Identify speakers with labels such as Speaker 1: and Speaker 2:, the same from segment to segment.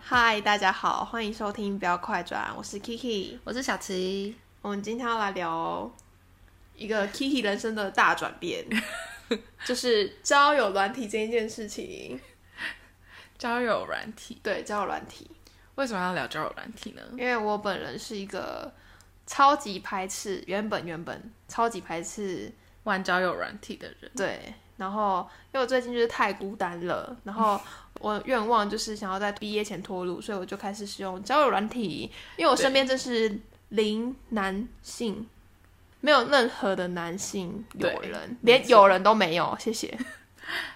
Speaker 1: 嗨，大家好，欢迎收听《不要快转》，我是 Kiki。
Speaker 2: 我是小琪，
Speaker 1: 我们今天要来聊一个 Kiki 人生的大转变，就是交友软体这一件事情。
Speaker 2: 交友软体
Speaker 1: 对，交友软体，
Speaker 2: 为什么要聊交友软体呢？
Speaker 1: 因为我本人是一个超级排斥，原本原本超级排斥
Speaker 2: 玩交友软体的人，
Speaker 1: 对，然后因为我最近就是太孤单了，然 后我愿望就是想要在毕业前脱乳，所以我就开始使用交友软体，因为我身边真是零男性，没有任何的男性友
Speaker 2: 对
Speaker 1: 人
Speaker 2: 没，
Speaker 1: 连
Speaker 2: 错
Speaker 1: 友人都没有，谢 谢。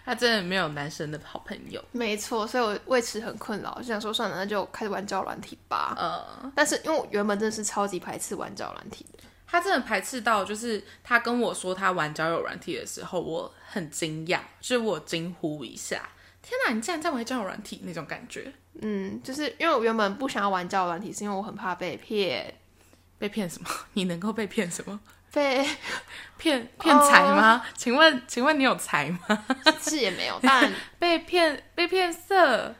Speaker 2: 他真的没有男生的好朋友。
Speaker 1: 没错，所以我为此很困扰，就想说算了，那就开始玩交友软体吧。
Speaker 2: 呃，
Speaker 1: 但是因为我原本真的是超级排斥玩交友软体的，
Speaker 2: 他真的排斥到，就是他跟我说他玩交友软体的时候，我很惊讶，就是我惊呼一下，天哪，你竟然在玩交友软体那种感觉，
Speaker 1: 嗯，就是因为我原本不想要玩交友软体，是因为我很怕被骗，
Speaker 2: 被骗什么？ 你能够被骗什么？
Speaker 1: 被
Speaker 2: 骗骗财吗请问请问你有财吗？
Speaker 1: 是也没有，但
Speaker 2: 被骗被骗色，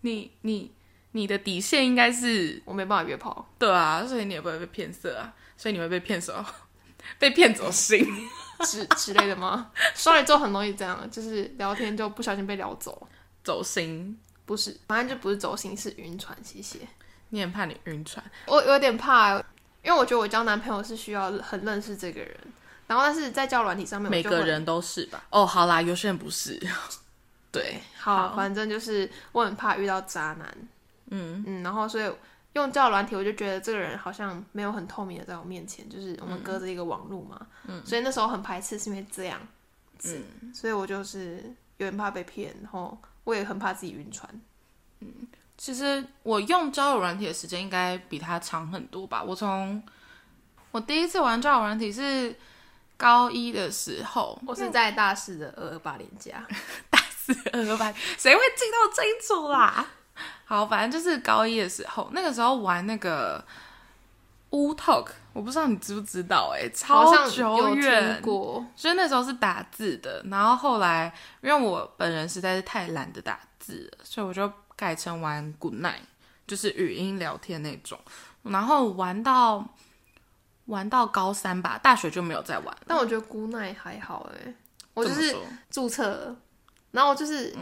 Speaker 2: 你你你的底线应该是
Speaker 1: 我没办法约炮。
Speaker 2: 对啊，所以你也不会被骗色啊，所以你会被骗走， 被骗走心。
Speaker 1: 之之类的吗？双鱼座很容易这样，就是聊天就不小心被聊走，
Speaker 2: 走心。
Speaker 1: 不是，反正就不是走心，是晕船。谢谢，
Speaker 2: 你很怕你晕船，
Speaker 1: 我有点怕，因为我觉得我交男朋友是需要很认识这个人，然后但是在交友软体上面，
Speaker 2: 每个。人都是吧？哦，好啦，有些人不是。 对，
Speaker 1: 好，反正就是我很怕遇到渣男，嗯嗯，然后所以用交友软体，我就觉得这个人好像没有很透明的在我面前，就是我们隔着一个网络嘛，嗯，所以那时候很排斥，是因为这样，嗯，所以我就是有点怕被骗，然后我也很怕自己晕船，
Speaker 2: 其实我用交友软体的时间应该比他长很多吧。我从我第一次玩交友软体是高一的时候，
Speaker 1: 我是在大四的二二八连假，
Speaker 2: 二班， 谁会记到这一组啦？好，反正就是高一的时候，那个时候玩那个 U Talk，我不知道你知不知道、欸，哎，
Speaker 1: 好
Speaker 2: 超
Speaker 1: 像有
Speaker 2: 久
Speaker 1: 听
Speaker 2: 远，
Speaker 1: 过，
Speaker 2: 所以那时候是打字的。然后后来，因为我本人实在是太懒得打字了，所以我就改成玩 Good Night，就是语音聊天那种。然后玩到玩到高三吧，大学就没有再玩了。
Speaker 1: 但我觉得姑奈还好哎、我就
Speaker 2: 怎么
Speaker 1: 是
Speaker 2: 说
Speaker 1: 注册了，然后我就是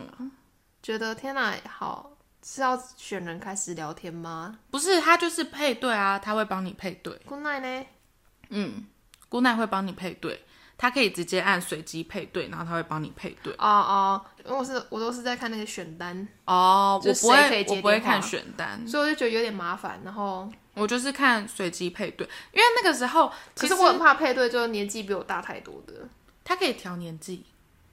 Speaker 1: 觉得天哪，好是要选人开始聊天吗？
Speaker 2: 不是他就是配对啊，他会帮你配对。
Speaker 1: 姑奈呢？
Speaker 2: 嗯，姑奶会帮你配对，他可以直接按随机配对，然后他会帮你配对。
Speaker 1: 哦哦，因为我是我都是在看那个选单，
Speaker 2: 哦，
Speaker 1: 就
Speaker 2: 我
Speaker 1: 是
Speaker 2: 不
Speaker 1: 谁可以
Speaker 2: 会，
Speaker 1: 接
Speaker 2: 我不会
Speaker 1: 电话
Speaker 2: 看选单，
Speaker 1: 所以我就觉得有点麻烦。然后，
Speaker 2: 我就是看随机配对，因为那个时候
Speaker 1: 可
Speaker 2: 其
Speaker 1: 是
Speaker 2: 实
Speaker 1: 我很怕配对，就是年纪比我大太多的，
Speaker 2: 他可以调年纪，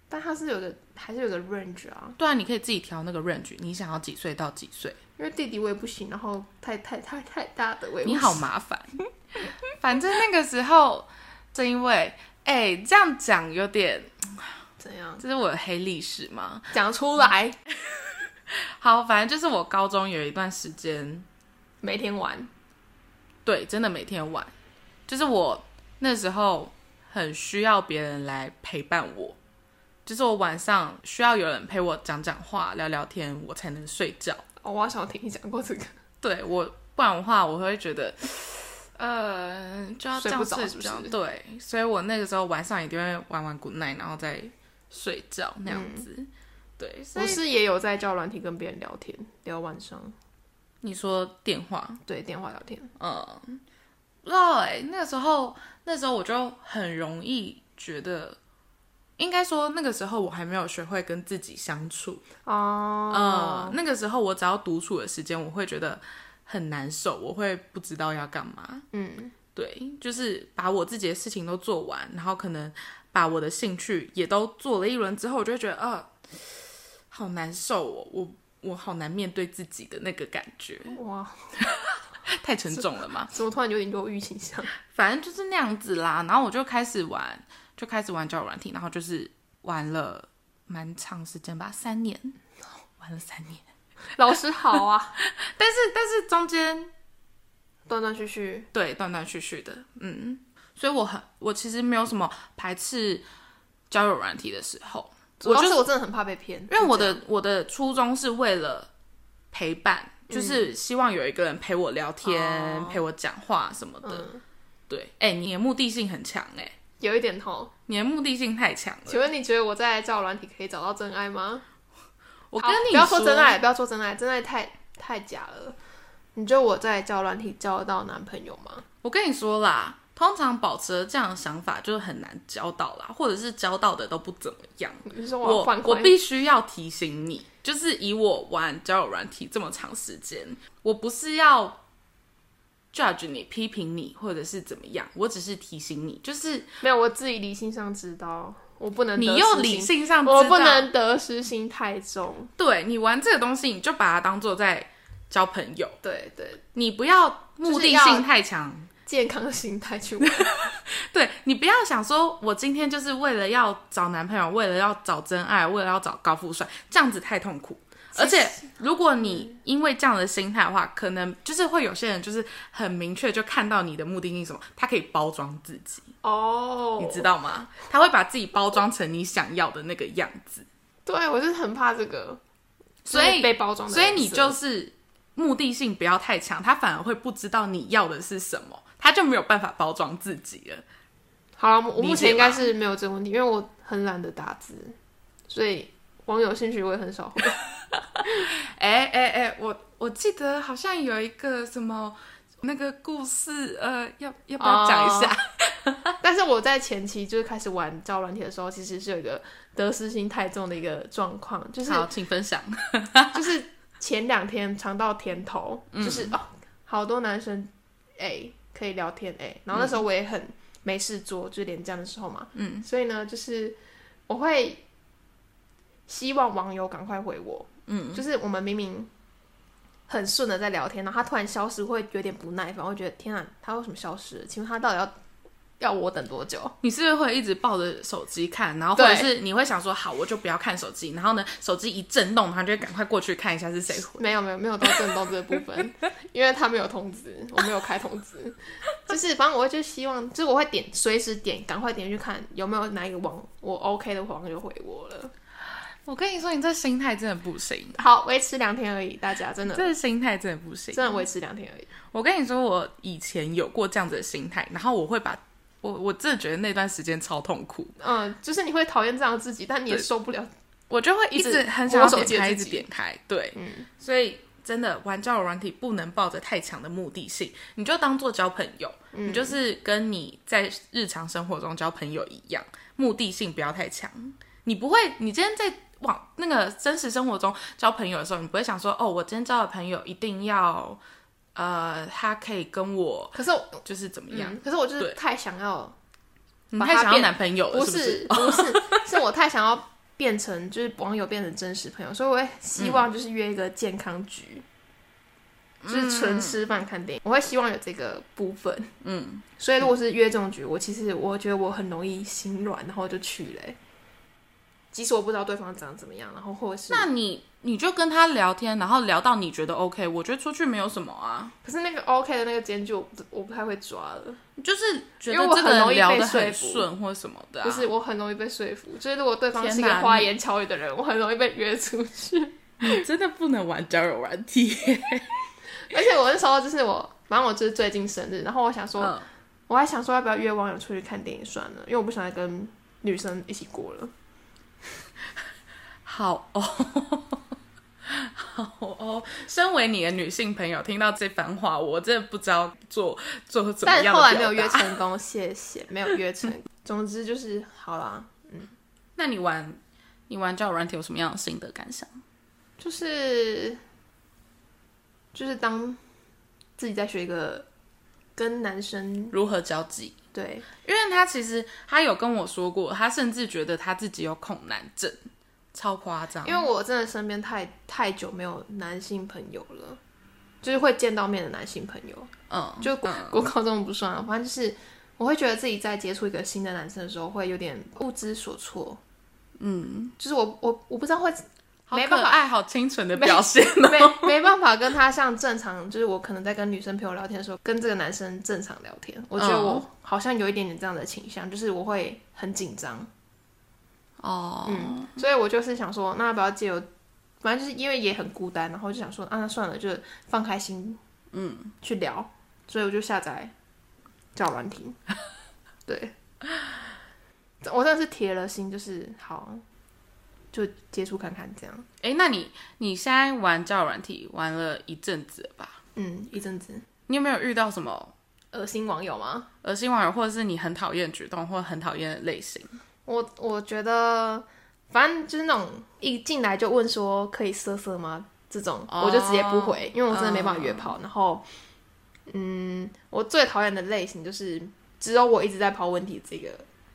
Speaker 1: 但他是有个还是有个 range 啊，
Speaker 2: 对啊，你可以自己调那个 range，你想要几岁到几岁，
Speaker 1: 因为弟弟我也不行，然后太太太太大的我也不
Speaker 2: 你好
Speaker 1: 行
Speaker 2: 麻 烦。反正那个时候，正因为哎、这样讲有点，
Speaker 1: 怎样
Speaker 2: 这是我的黑历史吗？
Speaker 1: 讲出来，
Speaker 2: 好，反正就是我高中有一段时间，
Speaker 1: 每天玩。
Speaker 2: 对，真的每天玩，就是我那时候很需要别人来陪伴我，就是我晚上需要有人陪我讲讲话、聊聊天，我才能睡觉。
Speaker 1: 哦，我好像有听你讲过这个，
Speaker 2: 对我，不然的话我会觉得，呃，就要这样
Speaker 1: 睡不
Speaker 2: 睡
Speaker 1: 着是不
Speaker 2: 觉
Speaker 1: 是
Speaker 2: 对，所以我那个时候晚上一定会玩玩 good night，然后再睡觉那样子。对，所
Speaker 1: 嗯我
Speaker 2: 以
Speaker 1: 是也有在交友软体跟别人聊天，聊晚上，
Speaker 2: 你说电话，
Speaker 1: 对电话聊天，
Speaker 2: 嗯，不知道哎、那个时候，那时候我就很容易觉得，应该说那个时候我还没有学会跟自己相处。
Speaker 1: 哦、
Speaker 2: 嗯，那个时候我只要独处的时间，我会觉得很难受，我会不知道要干嘛。
Speaker 1: 嗯，
Speaker 2: 对，就是把我自己的事情都做完，然后可能把我的兴趣也都做了一轮之后，我就会觉得，啊，好难受哦，我我好难面对自己的那个感觉，
Speaker 1: 哇，
Speaker 2: 太沉重了嘛。
Speaker 1: 怎么突然有点忧郁倾向？
Speaker 2: 反正就是那样子啦。然后我就开始玩，就开始玩交友软体，然后就是玩了蛮长时间吧，三年，玩了三年。
Speaker 1: 老师好 啊，
Speaker 2: 但是但是中间
Speaker 1: 断断续续，
Speaker 2: 对断断续续的，嗯，所以我很我其实没有什么排斥交友软体的时候，
Speaker 1: 主
Speaker 2: 我
Speaker 1: 要
Speaker 2: 就是
Speaker 1: 我真的很怕被骗，
Speaker 2: 因为我的我的初衷是为了陪伴就是希望有一个人陪我聊天、
Speaker 1: 嗯哦
Speaker 2: 陪我讲话什么的。
Speaker 1: 嗯，
Speaker 2: 对，哎、你的目的性很强哎、
Speaker 1: 有一点头。
Speaker 2: 你的目的性太强了。
Speaker 1: 请问你觉得我在交友软体可以找到真爱吗？
Speaker 2: 我跟
Speaker 1: 好
Speaker 2: 你
Speaker 1: 不要说真爱，不要说真爱，真爱太太假了。你觉得我在交友软体交得到男朋友吗？
Speaker 2: 我跟你说啦，通常保持着这样的想法，就是很难交到啦，或者是交到的都不怎么样。
Speaker 1: 你是说要
Speaker 2: 我
Speaker 1: 换
Speaker 2: 我
Speaker 1: 关系
Speaker 2: 必须要提醒你，就是以我玩交友软体这么长时间，我不是要 judge 你、批评你，或者是怎么样，我只是提醒你，就是
Speaker 1: 没有，我自己理性上知道，我不能
Speaker 2: 你
Speaker 1: 得
Speaker 2: 又
Speaker 1: 失
Speaker 2: 理
Speaker 1: 心，
Speaker 2: 性上知道
Speaker 1: 我不能得失心太重。
Speaker 2: 对你玩这个东西，你就把它当做在交朋友，
Speaker 1: 对对，
Speaker 2: 你不要目
Speaker 1: 就
Speaker 2: 的
Speaker 1: 是要
Speaker 2: 性太强。
Speaker 1: 健康的心态去 玩。
Speaker 2: 对你不要想说，我今天就是为了要找男朋友，为了要找真爱，为了要找高富帅，这样子太痛苦。而且，如果你因为这样的心态的话，可能就是会有些人就是很明确就看到你的目的性是什么，他可以包装自己，
Speaker 1: 哦，
Speaker 2: 你知道吗？他会把自己包装成你想要的那个样子，
Speaker 1: 对我就是很怕这个，
Speaker 2: 所
Speaker 1: 就是
Speaker 2: 以
Speaker 1: 被包装的
Speaker 2: 所
Speaker 1: 人设，
Speaker 2: 以你就是目的性不要太强，他反而会不知道你要的是什么，他就没有办法包装自己了。
Speaker 1: 好了。我
Speaker 2: 理
Speaker 1: 目
Speaker 2: 解
Speaker 1: 前应该
Speaker 2: 吧
Speaker 1: 是没有这个问题，因为我很懒得打字，所以网友兴趣我也很少回。
Speaker 2: 哎哎哎，我我记得好像有一个什么那个故事，呃，要要不要讲一下？
Speaker 1: 但是我在前期就是开始玩交友软体的时候，其实是有一个得失心太重的一个状况，就是
Speaker 2: 好，请分享。
Speaker 1: 就是前两天尝到甜头，就是、哦，好多男生哎、可以聊天哎、然后那时候我也很没事做，就是连假的时候嘛，嗯，所以呢，就是我会希望网友赶快回我，嗯，就是我们明明。很顺的在聊天，然后他突然消失，会有点不耐烦，会觉得天啊，他为什么消失了？请问他到底要要我等多久？
Speaker 2: 你是不是会一直抱着手机看，然后或者
Speaker 1: 对
Speaker 2: 是你会想说，好，我就不要看手机，然后呢，手机一震动，他就会赶快过去看一下是谁回。
Speaker 1: 没有没有没有到震动这个部分，因为他没有通知，我没有开通知，就是反正我会就希望，就是我会点随时点，赶快点去看有没有哪一个网我 OK 的网友回我了。
Speaker 2: 我跟你说，你这心态真的不行，
Speaker 1: 好，维持两天而已，大家真的
Speaker 2: 这心态真的不行。
Speaker 1: 真的维持两天而已。
Speaker 2: 我跟你说，我以前有过这样子的心态，然后我会把我我真的觉得那段时间超痛苦，
Speaker 1: 嗯，就是你会讨厌这样的自己，但你也受不了。
Speaker 2: 我就会一
Speaker 1: 一直
Speaker 2: 直很想要
Speaker 1: 摸手
Speaker 2: 点
Speaker 1: 机
Speaker 2: 开，
Speaker 1: 的
Speaker 2: 一
Speaker 1: 自
Speaker 2: 直
Speaker 1: 己
Speaker 2: 点开。对，
Speaker 1: 嗯
Speaker 2: 所以真的玩交友软体不能抱着太强的目的性，你就当做交朋友，
Speaker 1: 嗯
Speaker 2: 你就是跟你在日常生活中交朋友一样，目的性不要太强。你不会，你今天在网那个真实生活中交朋友的时候，你不会想说，哦，我今天交的朋友一定要，呃，他可以跟我
Speaker 1: 可是我，
Speaker 2: 就是怎么样，
Speaker 1: 嗯，可是我就是
Speaker 2: 对
Speaker 1: 太想要，
Speaker 2: 你
Speaker 1: 把
Speaker 2: 太
Speaker 1: 他
Speaker 2: 想要
Speaker 1: 变
Speaker 2: 男朋友了，
Speaker 1: 不
Speaker 2: 是
Speaker 1: 是不
Speaker 2: 不是？
Speaker 1: 是，是 我太想要变成就是网友变成真实朋友，所以我会希
Speaker 2: 嗯
Speaker 1: 望就是约一个健康局，就是纯吃饭看电影，我会希望有这个部分。嗯， 所以如果是约这种局，我其实我觉得我很容易心软，然后就去了欸、即使我不知道对方长怎么样，然后或者是，
Speaker 2: 那你你就跟他聊天，然后聊到你觉得 OK，我觉得出去没有什么啊，
Speaker 1: 可是那个 OK 的那个间距，我不我不太会抓了，
Speaker 2: 就是觉
Speaker 1: 因为
Speaker 2: 得
Speaker 1: 我
Speaker 2: 这个
Speaker 1: 很容
Speaker 2: 人
Speaker 1: 易
Speaker 2: 聊
Speaker 1: 被
Speaker 2: 得
Speaker 1: 说
Speaker 2: 很
Speaker 1: 服
Speaker 2: 顺或什么的、啊，
Speaker 1: 就是我很容易被说服。就是如果对方
Speaker 2: 天
Speaker 1: 是一个
Speaker 2: 哪
Speaker 1: 花
Speaker 2: 你
Speaker 1: 言巧语的人，我很容易被约出去。
Speaker 2: 你真的不能玩交友软体。
Speaker 1: 而且我那时候就是我，反正我就是最近生日，然后我想说，
Speaker 2: 嗯
Speaker 1: 我还想说要不要约网友出去看电影算了，因为我不想再跟女生一起过了。
Speaker 2: 好哦， 好哦。身为你的女性朋友，听到这番话，我真的不知道做做怎么
Speaker 1: 但
Speaker 2: 样的
Speaker 1: 后来没有
Speaker 2: 表
Speaker 1: 约
Speaker 2: 达。
Speaker 1: 成功， 谢谢，没有约成功。总之就是好啦，
Speaker 2: 那你玩你玩交友软体有什么样的心得感想？
Speaker 1: 就是就是当自己在学一个跟男生
Speaker 2: 如何交际？
Speaker 1: 对，
Speaker 2: 因为他其实他有跟我说过，他甚至觉得他自己有恐男症，超夸张。
Speaker 1: 因为我真的身边太太久没有男性朋友了，就是会见到面的男性朋友。
Speaker 2: 嗯，
Speaker 1: 就国国高中不算啊，反正就是我会觉得自己在接触一个新的男生的时候，会有点不知所措。嗯，就是我我我不知道会
Speaker 2: 好
Speaker 1: 没
Speaker 2: 可
Speaker 1: 办法
Speaker 2: 爱，好清纯的表现哦。
Speaker 1: 没没办法跟他像正常，就是我可能在跟女生朋友聊天的时候，跟这个男生正常聊天。我觉得我好像有一点点这样的倾向，就是我会很紧张，
Speaker 2: 哦，
Speaker 1: 所以我就是想说，那要不要借由反正就是因为也很孤单，然后就想说啊，那算了，就放开心，嗯，去聊。所以我就下载叫软体，对，我真的是铁了心，就是好，就接触看看这样。
Speaker 2: 哎、那你你现在玩交友软体玩了一阵子了吧？
Speaker 1: 嗯，一阵子
Speaker 2: 你有没有遇到什么
Speaker 1: 恶心网友吗？
Speaker 2: 恶心网友，或者是你很讨厌的举动，或者很讨厌的类型？
Speaker 1: 我我觉得，反正就是那种一进来就问说可以色色吗？这种、
Speaker 2: 哦
Speaker 1: 我就直接不回，因为我真的没办法约炮。然后，嗯，我最讨厌的类型就是只有我一直在抛问题这个，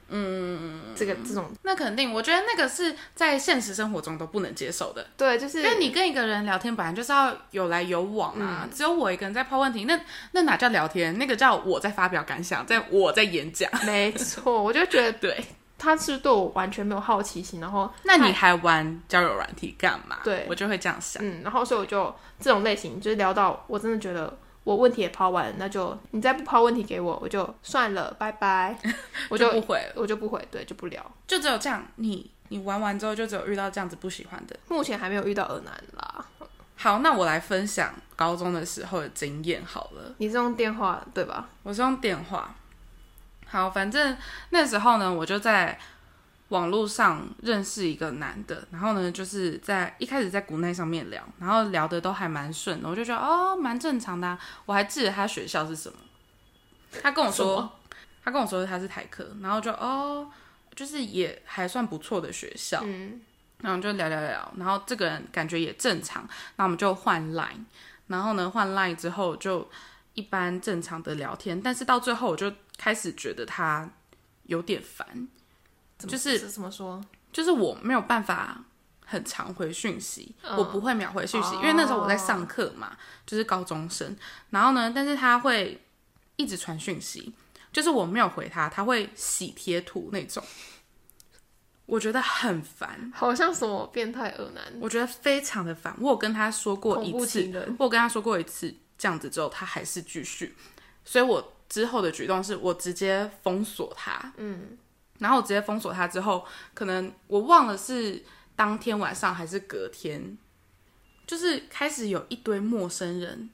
Speaker 1: 嗯，这个这种
Speaker 2: 那肯定，我觉得那个是在现实生活中都不能接受的，
Speaker 1: 对，就
Speaker 2: 因
Speaker 1: 是
Speaker 2: 为你跟一个人聊天本来就是要有来有往啊，只有我一个人在抛问题，那那哪叫聊天？那个叫我在发表感想，在我在演讲。
Speaker 1: 没错，我就觉得
Speaker 2: 对，
Speaker 1: 他是对我完全没有好奇心，然后
Speaker 2: 那你还玩交友软体干嘛？
Speaker 1: 对
Speaker 2: 我就会这样想。
Speaker 1: 嗯，然后所以我就这种类型，就是聊到我真的觉得我问题也抛完了，那就你再不抛问题给我，我就算了，拜拜，我就
Speaker 2: 不回了，
Speaker 1: 我就不回，对，就不聊。
Speaker 2: 就只有这样。你你玩完之后就只有遇到这样子不喜欢的。
Speaker 1: 目前还没有遇到耳男啦。
Speaker 2: 好，那我来分享高中的时候的经验好了。
Speaker 1: 你是用电话对吧？
Speaker 2: 我是用电话。好，反正那时候呢，我就在网络上认识一个男的，然后呢，就是在一开始在国内上面聊，然后聊的都还蛮顺的，我就觉得哦，蛮正常的啊、我还记得他学校是什么，他跟我
Speaker 1: 什
Speaker 2: 说，他跟我说他是台科，然后就哦，就是也还算不错的学校，
Speaker 1: 嗯，
Speaker 2: 然后就聊聊聊，然后这个人感觉也正常，那我们就换 line，然后呢换 line 之后就一般正常的聊天，但是到最后我就开始觉得他有点烦，
Speaker 1: 怎么
Speaker 2: 就是
Speaker 1: 怎么说？
Speaker 2: 就是我没有办法很常回讯息，
Speaker 1: 嗯
Speaker 2: 我不会秒回讯息，
Speaker 1: 哦
Speaker 2: 因为那时候我在上课嘛，就是高中生，然后呢，但是他会一直传讯息，就是我没有回他，他会洗贴图那种，我觉得很烦。
Speaker 1: 好像什么变态耳男，
Speaker 2: 我觉得非常的烦。我有跟他说过
Speaker 1: 恐
Speaker 2: 一
Speaker 1: 怖
Speaker 2: 次
Speaker 1: 情人，
Speaker 2: 我有跟他说过一次这样子之后，他还是继续，所以我之后的举动是我直接封锁他，嗯，然后我直接封锁他之后，可能我忘了是当天晚上还是隔天，就是开始有一堆陌生人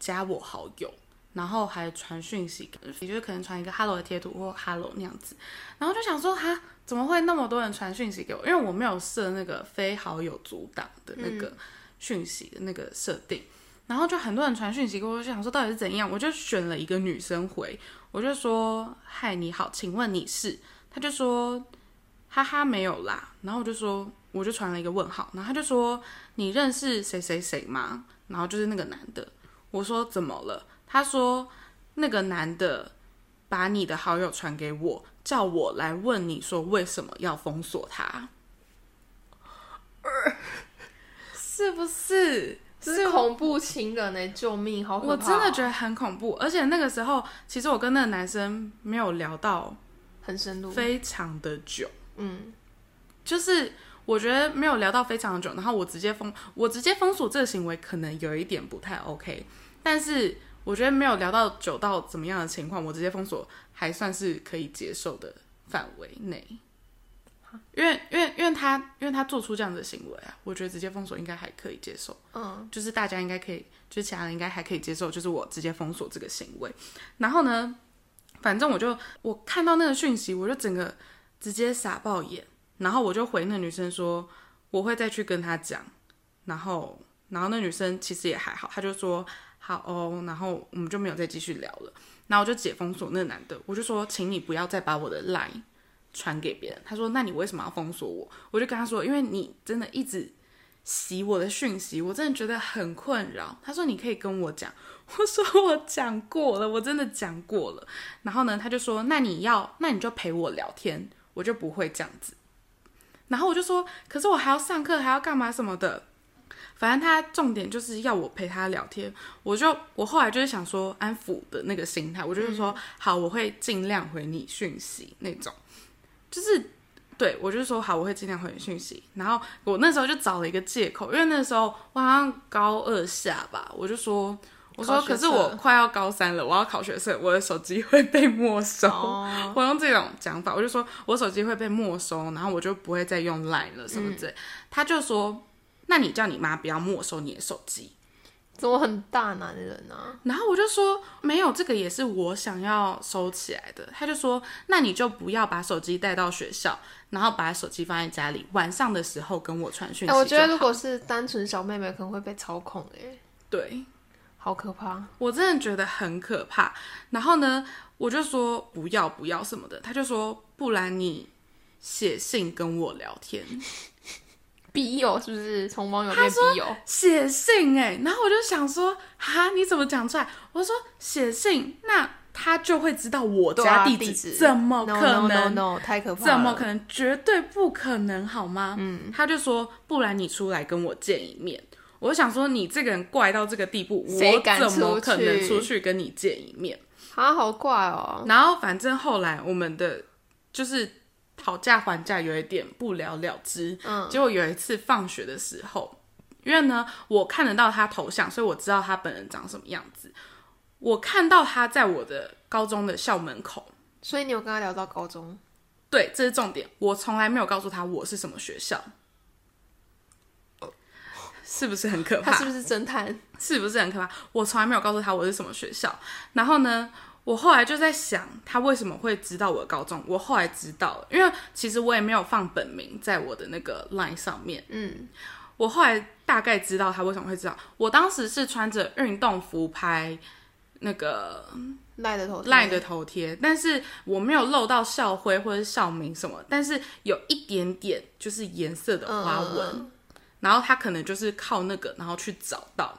Speaker 2: 加我好友。然后还传讯息，也就是可能传一个 hello 的贴图或 hello 那样子，然后就想说哈，怎么会那么多人传讯息给我？因为我没有设那个非好友阻挡的那个讯息的那个设定，然后就很多人传讯息给我，我就想说到底是怎样？我就选了一个女生回，我就说嗨你好，请问你是？他就说哈哈没有啦，然后我就说我就传了一个问号，然后他就说你认识谁谁谁吗？然后就是那个男的，我说怎么了？他说那个男的把你的好友传给我，叫我来问你说为什么要封锁他，是不是？
Speaker 1: 这
Speaker 2: 是
Speaker 1: 是恐怖情人呢、欸救命，好可怕！哦
Speaker 2: 我真的觉得很恐怖，而且那个时候，其实我跟那个男生没有聊到
Speaker 1: 很深 入。
Speaker 2: 非常的久，
Speaker 1: 嗯，
Speaker 2: 就是我觉得没有聊到非常的久，然后我直接封，我直接封锁这个行为可能有一点不太 OK，但是我觉得没有聊到久到怎么样的情况，我直接封锁还算是可以接受的范围内，因为因为因为他因为他做出这样的行为啊，我觉得直接封锁应该还可以接受。
Speaker 1: 嗯，
Speaker 2: 就是大家应该可以，就是其他人应该还可以接受，就是我直接封锁这个行为。然后呢，反正我就我看到那个讯息，我就整个直接傻爆眼，然后我就回那女生说我会再去跟她讲，然后然后那女生其实也还好，她就说好哦，然后我们就没有再继续聊了。然后我就解封锁那个男的，我就说请你不要再把我的 line 传给别人。他说那你为什么要封锁我？我就跟他说因为你真的一直。洗我的讯息，我真的觉得很困扰。他说你可以跟我讲，我说我讲过了，我真的讲过了。然后呢，他就说那你要，那你就陪我聊天，我就不会这样子。然后我就说，可是我还要上课，还要干嘛什么的。反正他重点就是要我陪他聊天，我就我后来就是想说安抚的那个心态，我就是说、
Speaker 1: 嗯
Speaker 2: 好，我会尽量回你讯息那种，就是对我就说好，我会尽量回你讯息。然后我那时候就找了一个借口，因为那时候我好像高二下吧，我就说我说
Speaker 1: 考学
Speaker 2: 可是我
Speaker 1: 测
Speaker 2: 快要高三了，我要考学测，我的手机会被没收。
Speaker 1: 哦，
Speaker 2: 我用这种讲法，我就
Speaker 1: 嗯
Speaker 2: 说我手机会被没收，然后我就不会再用 Line 了什么之类。他就说，那你叫你妈不要没收你的手机。
Speaker 1: 怎么很大男人啊？
Speaker 2: 然后我就说没有，这个也是我想要收起来的。他就说，那你就不要把手机带到学校，然后把手机放在家里，晚上的时候跟我传讯息
Speaker 1: 哎、
Speaker 2: 就好。
Speaker 1: 我觉得如果是单纯小妹妹，可能会被操控哎、
Speaker 2: 对，
Speaker 1: 好可怕。
Speaker 2: 我真的觉得很可怕。然后呢，我就说不要不要什么的，他就说不然你写信跟我聊天，
Speaker 1: 笔友是不是从网友变笔友？
Speaker 2: 写信哎、然后我就想说哈，你怎么讲出来？我说写信，那他就会知道我
Speaker 1: 对
Speaker 2: 家
Speaker 1: 啊，
Speaker 2: 地
Speaker 1: 址
Speaker 2: 怎么可
Speaker 1: No,
Speaker 2: 能
Speaker 1: no, no, no, 太可怕了！
Speaker 2: 怎么可能？绝对不可能，好吗？嗯，他就说，不然你出来跟我见一面。我就想说，你这个人怪到这个地步，
Speaker 1: 谁
Speaker 2: 我
Speaker 1: 敢
Speaker 2: 怎么
Speaker 1: 出
Speaker 2: 可能
Speaker 1: 去
Speaker 2: 出去跟你见一面？
Speaker 1: 啊，好怪哦！
Speaker 2: 然后反正后来我们的就是讨价还价有一点不了了之。嗯，结果有一次放学的时候，因为呢我看得到他头像，所以我知道他本人长什么样子。我看到他在我的高中的校门口，
Speaker 1: 所以你有跟他聊到高中？
Speaker 2: 对，这是重点。我从来没有告诉他我是什么学校，是不是很可
Speaker 1: 他
Speaker 2: 怕？
Speaker 1: 是不是侦探？
Speaker 2: 是不是很可怕？我从来没有告诉他我是什么学校。然后呢，我后来就在想，他为什么会知道我的高中？我后来知道了，因为其实我也没有放本名在我的那个 LINE 上面。嗯，我后来大概知道他为什么会知道。我当时是穿着运动服拍那个
Speaker 1: 赖的头，
Speaker 2: 赖的头贴，但是我没有露到校徽或者校名什么，但是有一点点就是颜色的花纹，然后他可能就是靠那个，然后去找到。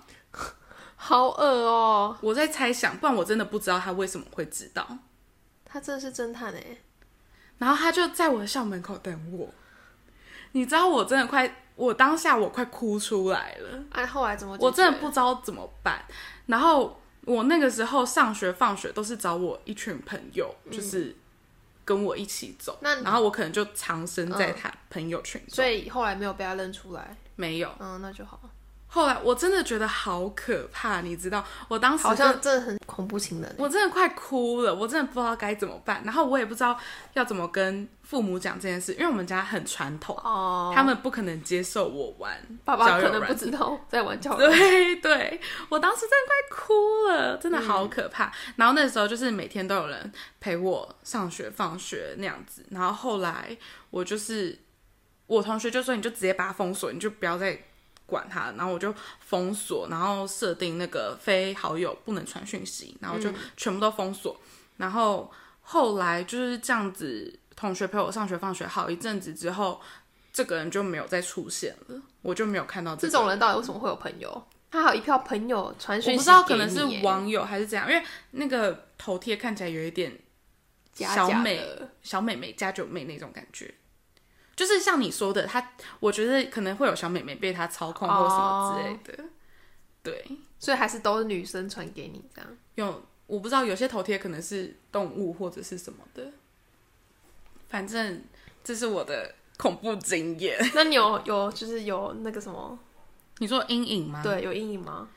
Speaker 1: 好恶哦！
Speaker 2: 我在猜想，不然我真的不知道他为什么会知道。
Speaker 1: 他真的是侦探哎！
Speaker 2: 然后他就在我的校门口等我，你知道我真的快，我当下我快哭出来了。
Speaker 1: 哎、后来怎么解决？
Speaker 2: 我真的不知道怎么办。然后我那个时候上学放学都是找我一群朋友，就是跟我一起走。
Speaker 1: 嗯那你嗯
Speaker 2: 然后我可能就藏身在他朋友圈中，
Speaker 1: 所以后来没有被他认出来。
Speaker 2: 没有。
Speaker 1: 嗯，那就好。
Speaker 2: 后来我真的觉得好可怕，你知道，我当时
Speaker 1: 好
Speaker 2: 真的
Speaker 1: 像真的很恐怖情人。欸
Speaker 2: 我真的快哭了，我真的不知道该怎么办，然后我也不知道要怎么跟父母讲这件事，因为我们家很传统，
Speaker 1: 哦，
Speaker 2: 他们不可能接受我玩
Speaker 1: 爸
Speaker 2: 交
Speaker 1: 爸
Speaker 2: 友
Speaker 1: 可能
Speaker 2: 软
Speaker 1: 不知道在玩交友。
Speaker 2: 对对，我当时真的快哭了，真的
Speaker 1: 嗯
Speaker 2: 好可怕。然后那时候就是每天都有人陪我上学、放学那样子。然后后来我就是我同学就说，你就直接把它封锁，你就不要再管他了。然后我就封锁，然后设定那个非好友不能传讯息，然后
Speaker 1: 嗯
Speaker 2: 就全部都封锁。然后后来就是这样子，同学陪我上学、放学好一阵子之后。这个人就没有再出现了，我就没有看到
Speaker 1: 这
Speaker 2: 个人
Speaker 1: 种人到底为什么会有朋友？他还有一票朋友传
Speaker 2: 我
Speaker 1: 讯息给你耶，欸
Speaker 2: 不知道可能是网友还是怎样，因为那个头贴看起来有一点
Speaker 1: 假
Speaker 2: 小
Speaker 1: 假
Speaker 2: 美
Speaker 1: 的
Speaker 2: 小美眉加九妹那种感觉，就是像你说的，她我觉得可能会有小美眉被她操控或什
Speaker 1: 哦
Speaker 2: 么之类的。对，
Speaker 1: 所以还是都是女生传给你这样。
Speaker 2: 有我不知道有些头贴可能是动物或者是什么的，反正这是我的恐怖经验。
Speaker 1: 那你有有就是有那个什么，
Speaker 2: 你说阴影吗？
Speaker 1: 对，有阴影吗？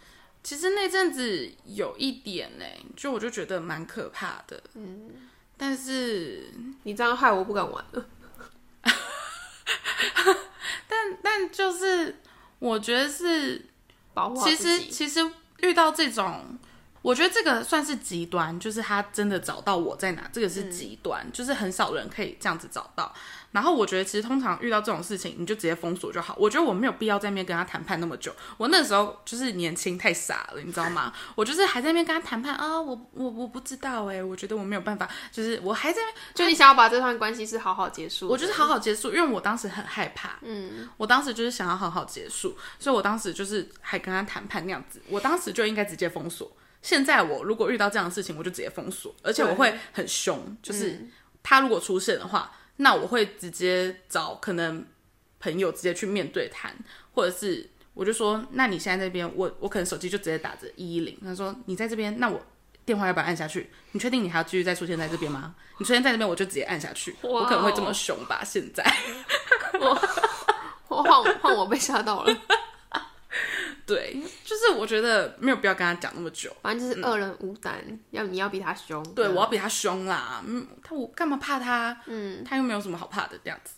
Speaker 2: 其实那阵子有一点呢、欸就我就觉得蛮可怕的。嗯，但是
Speaker 1: 你这样害我不敢玩了。
Speaker 2: 但就是我觉得是，
Speaker 1: 保护好
Speaker 2: 其
Speaker 1: 自
Speaker 2: 实
Speaker 1: 己
Speaker 2: 其实遇到这种，我觉得这个算是极端，就是他真的找到我在哪，这个
Speaker 1: 嗯
Speaker 2: 是极端，就是很少人可以这样子找到。然后我觉得其实通常遇到这种事情，你就直接封锁就好。我觉得我没有必要在那边跟他谈判那么久。我那时候就是年轻太傻了，你知道吗？我就是还在那边跟他谈判啊，我我我不知道哎、我觉得我没有办法，就是我还在那边
Speaker 1: 就你想要把这段关系是好好结束的，
Speaker 2: 我就是好好结束，因为我当时很害怕，嗯，我当时就是想要好好结束，所以我当时就是还跟他谈判那样子，我当时就应该直接封锁。现在我如果遇到这样的事情，我就直接封锁，而且我会很凶，
Speaker 1: 嗯
Speaker 2: 就是他如果出现的话，那我会直接找可能朋友直接去面对谈，或者是我就说，那你现在这边，我我可能手机就直接打着一一零，他说你在这边，那我电话要不要按下去？你确定你还要继续再出现在这边吗？你出现在这边，我就直接按下去。
Speaker 1: 哇哦
Speaker 2: 我可能会这么凶吧？现在
Speaker 1: 我换换我被吓到了，
Speaker 2: 对，就是我觉得没有必要跟他讲那么久。
Speaker 1: 反正就是恶人无胆，要你要比他凶。
Speaker 2: 嗯对，
Speaker 1: 嗯
Speaker 2: 我要比他凶啦。嗯，他我干嘛怕他？嗯，他又没有什么好怕的这样子。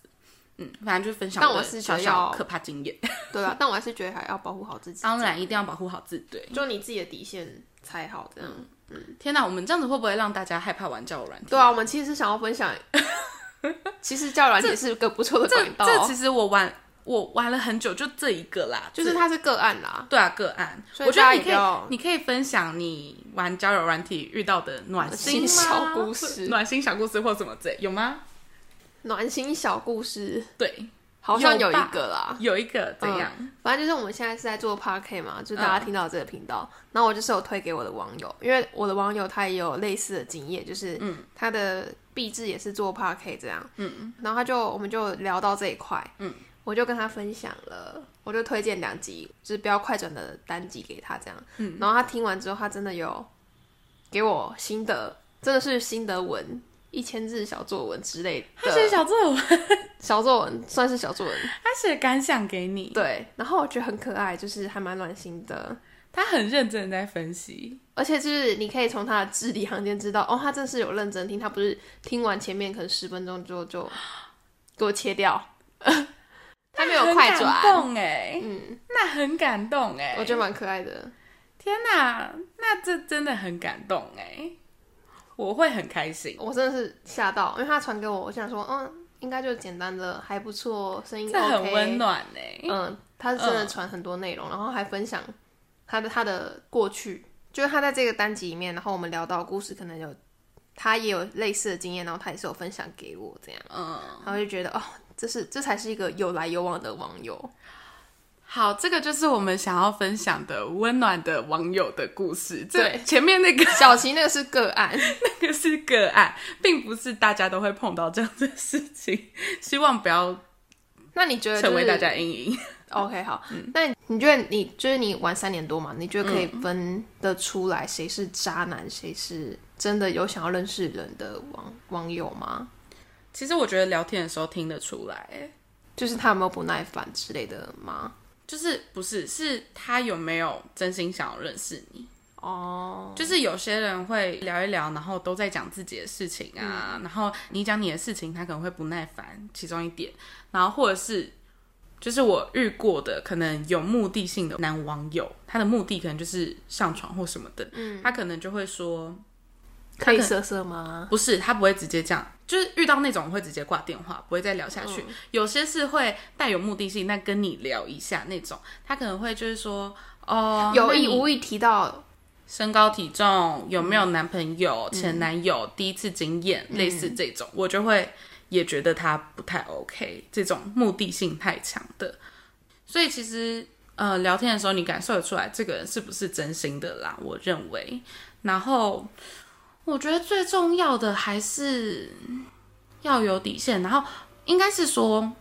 Speaker 2: 嗯，反正就是分享
Speaker 1: 但
Speaker 2: 我
Speaker 1: 我
Speaker 2: 的
Speaker 1: 是觉
Speaker 2: 小
Speaker 1: 得
Speaker 2: 小
Speaker 1: 要
Speaker 2: 可怕经验。
Speaker 1: 对啊，但我还是觉得还要保护好自己，
Speaker 2: 当 然一定要保护好自己。对，
Speaker 1: 就你自己的底线才好这样。
Speaker 2: 嗯天哪，我们这样子会不会让大家害怕玩交友软体？
Speaker 1: 对啊，我们其实是想要分享， 其实教软体是个不错的
Speaker 2: 这
Speaker 1: 管道，哦
Speaker 2: 这其实我玩我玩了很久，就这一个啦，
Speaker 1: 就是
Speaker 2: 这
Speaker 1: 它是个案啦。
Speaker 2: 对啊个案。
Speaker 1: 所以
Speaker 2: 我觉
Speaker 1: 大家
Speaker 2: 得
Speaker 1: 也
Speaker 2: 你
Speaker 1: 不
Speaker 2: 可
Speaker 1: 要
Speaker 2: 以你可以分享你玩交友软体遇到的暖心
Speaker 1: 暖心
Speaker 2: 吗
Speaker 1: 小故事
Speaker 2: 暖心小故事或什么之类，有吗？
Speaker 1: 暖心小故事
Speaker 2: 对，
Speaker 1: 好像有
Speaker 2: 有吧
Speaker 1: 一个啦，
Speaker 2: 有一个怎
Speaker 1: 嗯
Speaker 2: 样？
Speaker 1: 反正就是我们现在是在做 p a r k 嘛，就大家听到这个频道，然后我就是有推给我的网友，因为我的网友他也有类似的经验，就是他的壁纸也是做 p a r k 这样，嗯，然后他就我们就聊到这一块，嗯，我就跟他分享了，我就推荐两集，就是不要快转的单集给他这样，嗯，然后他听完之后，他真的有给我心得，真的是心得文。一千字小作文之类
Speaker 2: 他写
Speaker 1: 的，
Speaker 2: 小作文，
Speaker 1: 小作文算是小作文，
Speaker 2: 他写感想给你，
Speaker 1: 对。然后我觉得很可爱，就是还蛮暖心的。
Speaker 2: 他很认真的在分析。
Speaker 1: 而且就是你可以从他的字里行间知道，哦，他真是有认真听，他不是听完前面可能十分钟之后就给我切掉， 他没有快
Speaker 2: 很
Speaker 1: 转，
Speaker 2: 感动哎，
Speaker 1: 嗯，
Speaker 2: 那很感动哎，
Speaker 1: 我觉得蛮可爱的。
Speaker 2: 天哪，那这真的很感动哎，我会很开心，
Speaker 1: 我真的是吓到，因为他传给我，我想说，嗯，应该就简单的，还不错，声音
Speaker 2: 这
Speaker 1: 嗯 OK，
Speaker 2: 很温暖哎。
Speaker 1: 嗯，他是真的传很多内容，然后还分享他的他的过去，就是他在这个单集里面，然后我们聊到故事，可能有他也有类似的经验，然后他也是有分享给我这样，
Speaker 2: 嗯，
Speaker 1: 然后就觉得哦，这是这才是一个有来有往的网友，
Speaker 2: 好，这个就是我们想要分享的温暖的网友的故事。这
Speaker 1: 对
Speaker 2: 前面那个
Speaker 1: 小琪那个是个案，
Speaker 2: 那个是个案，并不是大家都会碰到这样的事情，希望不要
Speaker 1: 那你觉得、就是、
Speaker 2: 成为大家嗯阴影。
Speaker 1: OK 好？那你你觉得你就是你玩三年多嘛，你觉得可以分得出来谁是渣男，谁是真的有想要认识人的网网友吗？
Speaker 2: 其实我觉得聊天的时候听得出来，
Speaker 1: 就是他有没有不耐烦之类的吗？
Speaker 2: 就是不是是他有没有真心想要认识你。
Speaker 1: 哦，
Speaker 2: 就是有些人会聊一聊，然后都在讲自己的事情啊，然后你讲你的事情，他可能会不耐烦，其中一点，然后或者是就是我遇过的可能有目的性的男网友，他的目的可能就是上床或什么的，嗯，他可能就会说，
Speaker 1: 可以色色吗？
Speaker 2: 不是，他不会直接这样，就是遇到那种会直接挂电话，不会再聊下去。有些是会带有目的性，但跟你聊一下那种，他可能会就是说，哦，
Speaker 1: 有
Speaker 2: 那你
Speaker 1: 意无意提到，
Speaker 2: 身高体重有没有男朋友、前男友、第一次经验，类似这种，我就会也觉得他不太 OK，这种目的性太强的。所以其实呃，聊天的时候你感受得出来这个人是不是真心的啦，我认为。然后我觉得最重要的还是要有底线，然后应该是说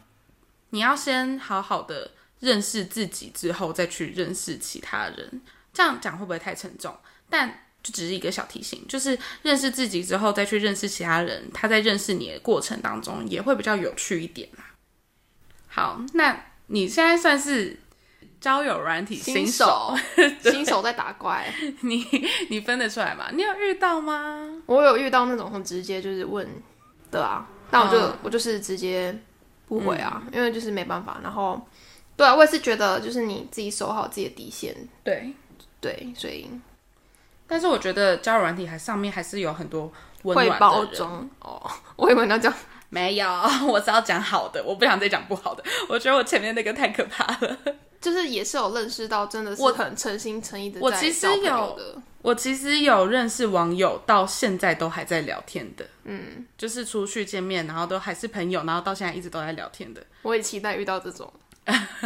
Speaker 2: 你要先好好的认识自己，之后再去认识其他人。这样讲会不会太沉重？但就只是一个小提醒，就是认识自己之后再去认识其他人，他在认识你的过程当中也会比较有趣一点啦。好，那你现在算是交友软体新
Speaker 1: 新手， 新手在打怪。
Speaker 2: 你你分得出来吗？你有遇到吗？
Speaker 1: 我有遇到那种很直接就是问的啊，但我就、
Speaker 2: 嗯
Speaker 1: 我就是直接不回啊，因为就是没办法。然后，对啊，我也是觉得就是你自己守好自己的底线，
Speaker 2: 对，
Speaker 1: 对，所以
Speaker 2: 但是我觉得交友软体还上面还是有很多温
Speaker 1: 会
Speaker 2: 暖
Speaker 1: 包
Speaker 2: 的人。
Speaker 1: 装哦。我以为你要讲，
Speaker 2: 没有， 我是要讲好的，我不想再讲不好的。我觉得我前面那个太可怕了。
Speaker 1: 就是也是有认识到，真的是
Speaker 2: 我
Speaker 1: 很诚心诚意的。
Speaker 2: 我其实有
Speaker 1: 的，
Speaker 2: 我其实有认识网友，到现在都还在聊天的，嗯，就是出去见面，然后都还是朋友，然后到现在一直都在聊天的。
Speaker 1: 我也期待遇到这 种。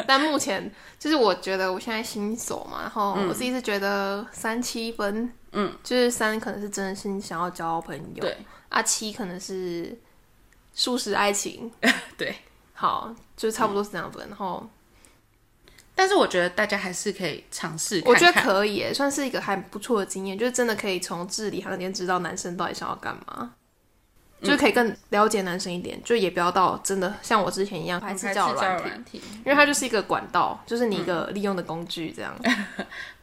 Speaker 1: 但目前就是我觉得我现在新手嘛，然后我自己是觉得三七分，
Speaker 2: 嗯，
Speaker 1: 就是三可能是真心想要交朋友，
Speaker 2: 对，
Speaker 1: 啊七可能是素食爱情，
Speaker 2: 对，
Speaker 1: 好，就是差不多是这样分。然后
Speaker 2: 但是我觉得大家还是可以尝试看看。
Speaker 1: 我觉得可以耶，算是一个还不错的经验，就是真的可以从字里行间知道男生到底想要干
Speaker 2: 嗯
Speaker 1: 嘛。就是可以更了解男生一点，就也不要到真的像我之前一样排
Speaker 2: 还
Speaker 1: 斥
Speaker 2: 是
Speaker 1: 交友软
Speaker 2: 软
Speaker 1: 体，
Speaker 2: 体，
Speaker 1: 因为它就是一个管道，就是你一个
Speaker 2: 嗯
Speaker 1: 利用的工具这样。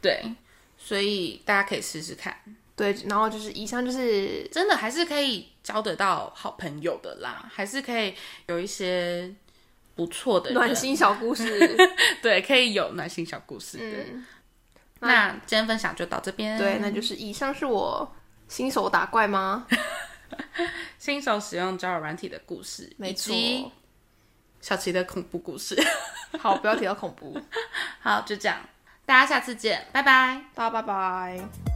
Speaker 2: 对，所以大家可以试试看，
Speaker 1: 对，然后就是以上就是
Speaker 2: 真的还是可以交得到好朋友的啦，还是可以有一些不错的人
Speaker 1: 暖，心小故事。
Speaker 2: 对，可以有暖心小故事的。
Speaker 1: 嗯，
Speaker 2: 那今天分享就到这边，
Speaker 1: 对，那就是以上是我新手打怪吗？
Speaker 2: 新手使用交友软体的故事，
Speaker 1: 没
Speaker 2: 以
Speaker 1: 错。
Speaker 2: 及小琪的恐怖故事。
Speaker 1: 好，不要提到恐怖。
Speaker 2: 好，就这样，大家下次见，拜拜。
Speaker 1: 大家拜拜。